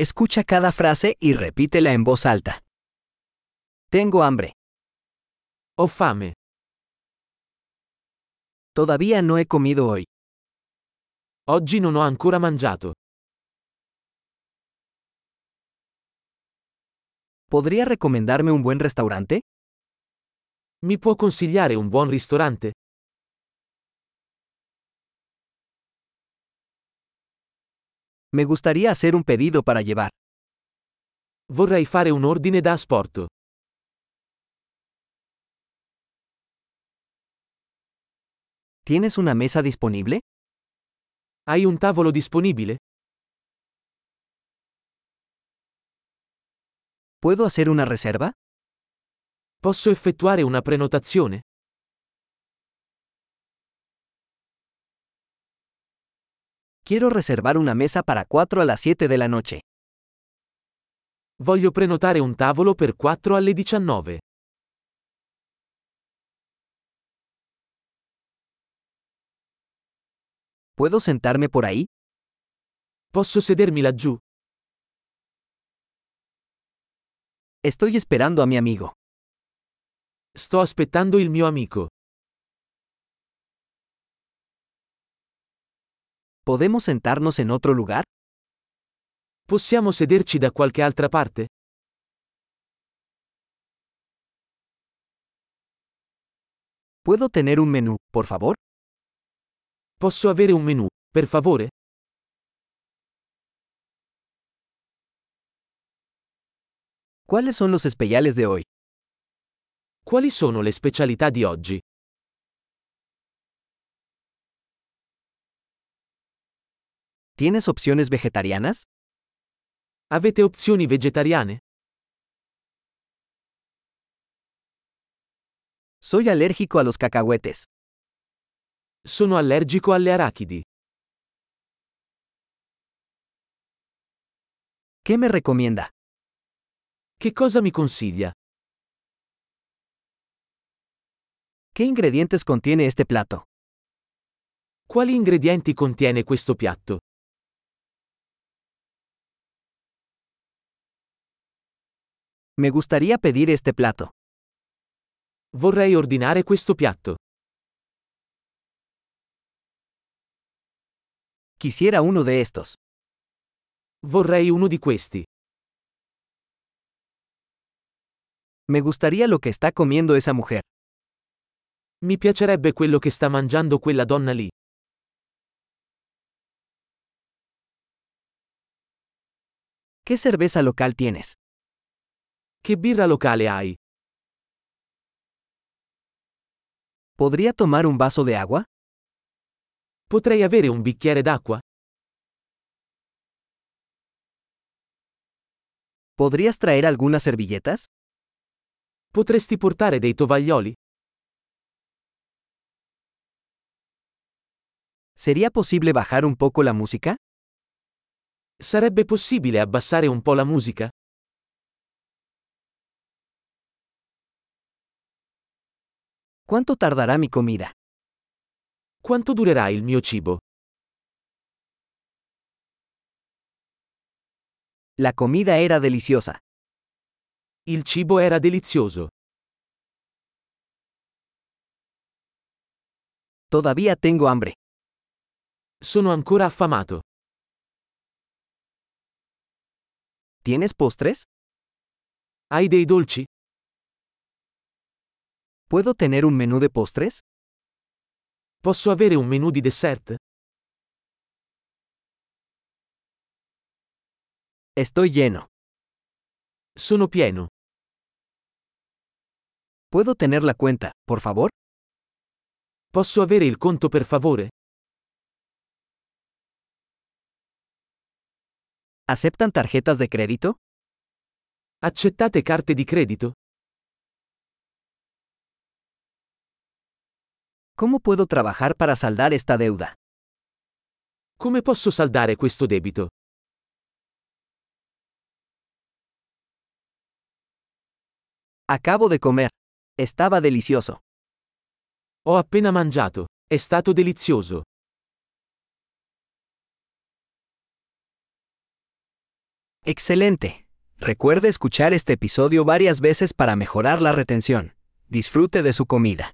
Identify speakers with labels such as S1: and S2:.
S1: Escucha cada frase y repítela en voz alta. Tengo hambre.
S2: Ho fame.
S1: Todavía no he comido hoy.
S2: Oggi non ho ancora mangiato.
S1: ¿Podría recomendarme un buen restaurante?
S2: Mi può consigliare un buon ristorante?
S1: Me gustaría hacer un pedido para llevar.
S2: Vorrei fare un ordine da asporto.
S1: ¿Tienes una mesa disponible?
S2: Hai un tavolo disponibile?
S1: ¿Puedo hacer una reserva?
S2: Posso effettuare una prenotazione?
S1: Quiero reservar una mesa para 4 a las 7 de la noche.
S2: Voglio prenotare un tavolo per 4 alle 19.
S1: ¿Puedo sentarme por ahí?
S2: Posso sedermi laggiù?
S1: Estoy esperando a mi amigo.
S2: Sto aspettando il mio amico.
S1: ¿Podemos sentarnos en otro lugar?
S2: Possiamo sederci da qualche altra parte?
S1: ¿Puedo tener un menú, por favor?
S2: Posso avere un menù, per favore?
S1: ¿Cuáles son los especiales de hoy?
S2: Quali sono le specialità di oggi?
S1: ¿Tienes opciones vegetarianas?
S2: Avete opzioni vegetariane?
S1: Soy alérgico a los cacahuetes.
S2: Sono allergico alle arachidi.
S1: ¿Qué me recomienda?
S2: Che cosa mi consiglia?
S1: ¿Qué ingredientes contiene este plato?
S2: Quali ingredienti contiene questo piatto?
S1: Me gustaría pedir este plato.
S2: Vorrei ordinare questo piatto.
S1: Quisiera uno de estos.
S2: Vorrei uno di questi.
S1: Me gustaría lo que está comiendo esa mujer.
S2: Mi piacerebbe quello che sta mangiando quella donna lì.
S1: ¿Qué cerveza local tienes?
S2: Che birra locale hai?
S1: ¿Podría tomar un vaso de agua?
S2: Potrei avere un bicchiere d'acqua?
S1: ¿Podrías traer algunas servilletas?
S2: Potresti portare dei tovaglioli?
S1: ¿Sería posible bajar un poco la música?
S2: Sarebbe possibile abbassare un po' la musica?
S1: ¿Cuánto tardará mi comida?
S2: Quanto durerà il mio cibo?
S1: La comida era deliciosa.
S2: Il cibo era delizioso.
S1: Todavía tengo hambre.
S2: Sono ancora affamato.
S1: ¿Tienes postres?
S2: Hai dei dolci?
S1: ¿Puedo tener un menú de postres?
S2: Posso avere un menù di dessert?
S1: Estoy lleno.
S2: Sono pieno.
S1: ¿Puedo tener la cuenta, por favor?
S2: Posso avere il conto per favore?
S1: ¿Aceptan tarjetas de crédito?
S2: Accettate carte di credito?
S1: ¿Cómo puedo trabajar para saldar esta deuda?
S2: Come posso saldare questo debito?
S1: Acabo de comer. Estaba delicioso.
S2: Ho appena mangiato. È stato delizioso.
S1: Excelente. Recuerde escuchar este episodio varias veces para mejorar la retención. Disfrute de su comida.